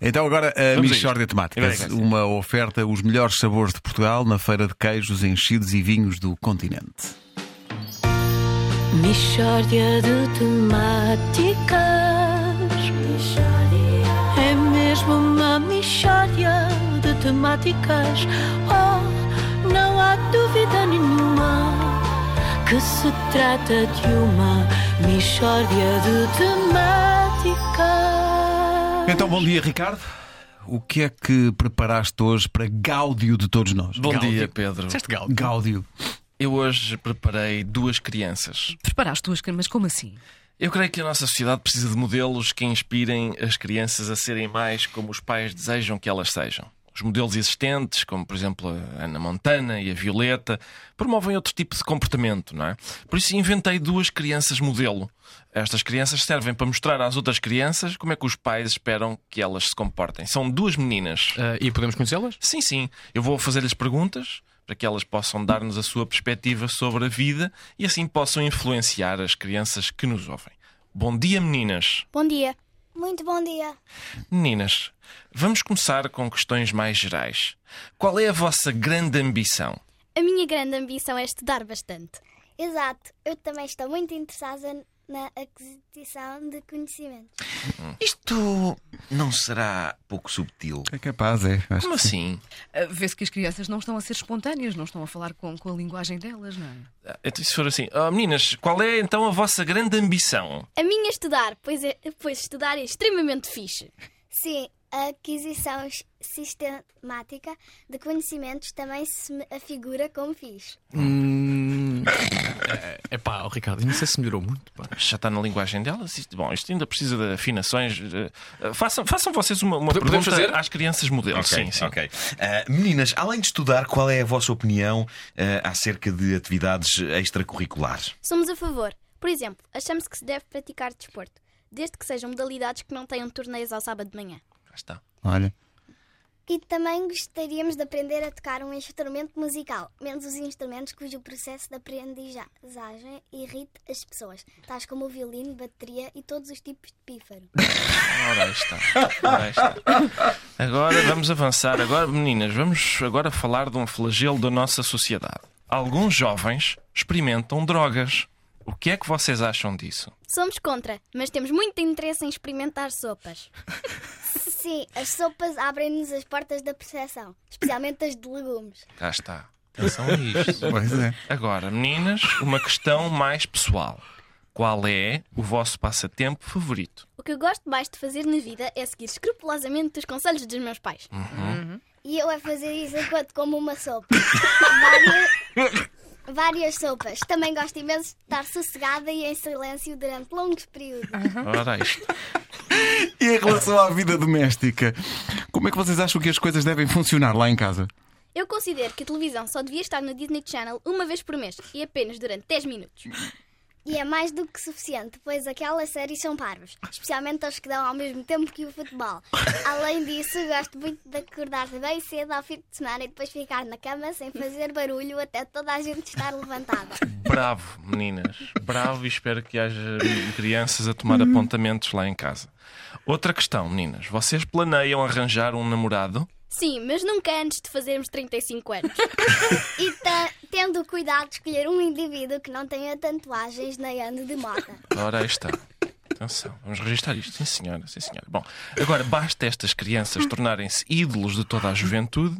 Então agora a Vamos a Michórdia isto. Temática. Agora é que é. Uma oferta, os melhores sabores de Portugal na feira de queijos, enchidos e vinhos do continente. Mishória de temáticas É mesmo uma mishória de temáticas Oh, não há dúvida nenhuma Que se trata de uma mishória de temáticas Então bom dia, Ricardo. O que é que preparaste hoje para Gáudio de todos nós? Bom Gáudio. dia, Pedro. Disseste gal. Gáudio. Eu hoje preparei duas crianças. Preparaste duas mas como assim? Eu creio que a nossa sociedade precisa de modelos que inspirem as crianças a serem mais como os pais desejam que elas sejam. Os modelos existentes, como por exemplo a Ana Montana e a Violeta, promovem outro tipo de comportamento, não é? Por isso inventei duas crianças modelo. Estas crianças servem para mostrar às outras crianças como é que os pais esperam que elas se comportem. São duas meninas. Ah, e podemos conhecê-las? Sim, sim. Eu vou fazer-lhes perguntas para que elas possam dar-nos a sua perspectiva sobre a vida e assim possam influenciar as crianças que nos ouvem. Bom dia, meninas. Bom dia. Muito bom dia. Meninas, vamos começar com questões mais gerais. Qual é a vossa grande ambição? A minha grande ambição é estudar bastante. Exato. Eu também estou muito interessada na aquisição de conhecimentos. Isto não será pouco subtil. É capaz, é. Acho Como que sim. assim? Ah, Vê-se que as crianças não estão a ser espontâneas, não estão a falar com, com a linguagem delas, não é? Ah, Então, se for assim, Ah, meninas, qual é então a vossa grande ambição? A minha é estudar, pois, é, pois estudar é extremamente fixe. Sim, a aquisição s- sistemática de conhecimentos também se me afigura como fixe. Hum. É pá, Ricardo, não sei se melhorou muito. pá. Já está na linguagem delas? Isto- Bom, isto ainda precisa de afinações. Ah, ah, Façam, façam vocês uma, uma Pode- podemos pergunta fazer? às crianças modelos. Ok, sim, sim. ok. Ah, meninas, além de estudar, qual é a vossa opinião ah, acerca de atividades extracurriculares? Somos a favor. Por exemplo, achamos que se deve praticar desporto, desde que sejam modalidades que não tenham torneios ao sábado de manhã. Cá está. Olha. E também gostaríamos de aprender a tocar um instrumento musical, menos os instrumentos cujo processo de aprendizagem irrita as pessoas, tais como o violino, bateria e todos os tipos de pífaro. Ora aí está. Ora aí está. Agora vamos avançar. Agora, meninas, vamos agora falar de um flagelo da nossa sociedade. Alguns jovens experimentam drogas. O que é que vocês acham disso? Somos contra, mas temos muito interesse em experimentar sopas. Sim, as sopas abrem-nos as portas da percepção, especialmente as de legumes. Cá está. Atenção a isto. Pois é. Agora, meninas, uma questão mais pessoal. Qual é o vosso passatempo favorito? O que eu gosto mais de fazer na vida é seguir escrupulosamente os conselhos dos meus pais. E eu é fazer isso enquanto como uma sopa. Várias, várias sopas. Também gosto imenso de estar sossegada e em silêncio durante longos períodos. Ora aí está. E em relação à vida doméstica, como é que vocês acham que as coisas devem funcionar lá em casa? Eu considero que a televisão só devia estar no Disney Channel uma vez por mês e apenas durante 10 minutos. E é mais do que suficiente, pois aquelas séries são parvos, especialmente as que dão ao mesmo tempo que o futebol. Além disso, gosto muito de acordar bem cedo ao fim de semana e depois ficar na cama sem fazer barulho até toda a gente estar levantada. Bravo, meninas. Bravo e espero que haja crianças a tomar apontamentos lá em casa. Outra questão, meninas. Vocês planeiam arranjar um namorado? Sim, mas nunca antes de fazermos 35 anos. e ta- tendo cuidado de escolher um indivíduo que não tenha tatuagens nem ande de moda. Ora, aí está. Atenção, vamos registrar isto. Sim, senhora, sim, senhora. Bom, agora basta estas crianças tornarem-se ídolos de toda a juventude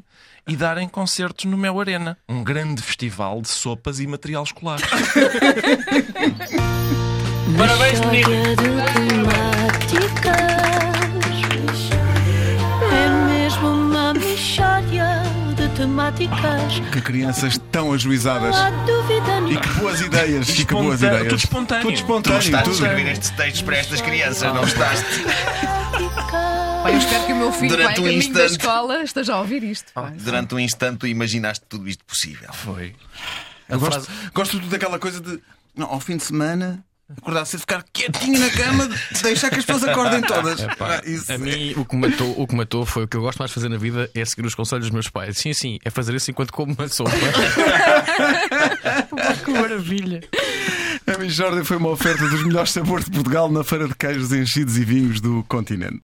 e darem concertos no Mel Arena, um grande festival de sopas e material escolar. Parabéns, Mishória de temáticas É mesmo uma mishória de temáticas Que crianças tão ajuizadas. Não há dúvida E nenhuma que boas ideias. E que boas Espontâneo, ideias. tudo espontâneo. Tudo Tu estás a espontâneo. tudo. escrever estes textos para estas crianças, não estás? Pá, eu espero que o meu filho, vai a Durante um caminho da instante. escola, esteja a ouvir isto. pá. Durante um instante tu imaginaste tudo isto possível. Foi. Eu gosto, gosto tudo daquela coisa de não, ao fim de semana acordar cedo, ficar quietinho na cama, de- deixar que as pessoas acordem todas. Ah, isso. A mim, o que, matou, o que matou foi o que eu gosto mais de fazer na vida é seguir os conselhos dos meus pais. Sim, sim, é fazer isso enquanto como uma sopa. que maravilha! A minha Jordan foi uma oferta dos melhores sabores de Portugal na Feira de Queijos Enchidos e Vinhos do continente.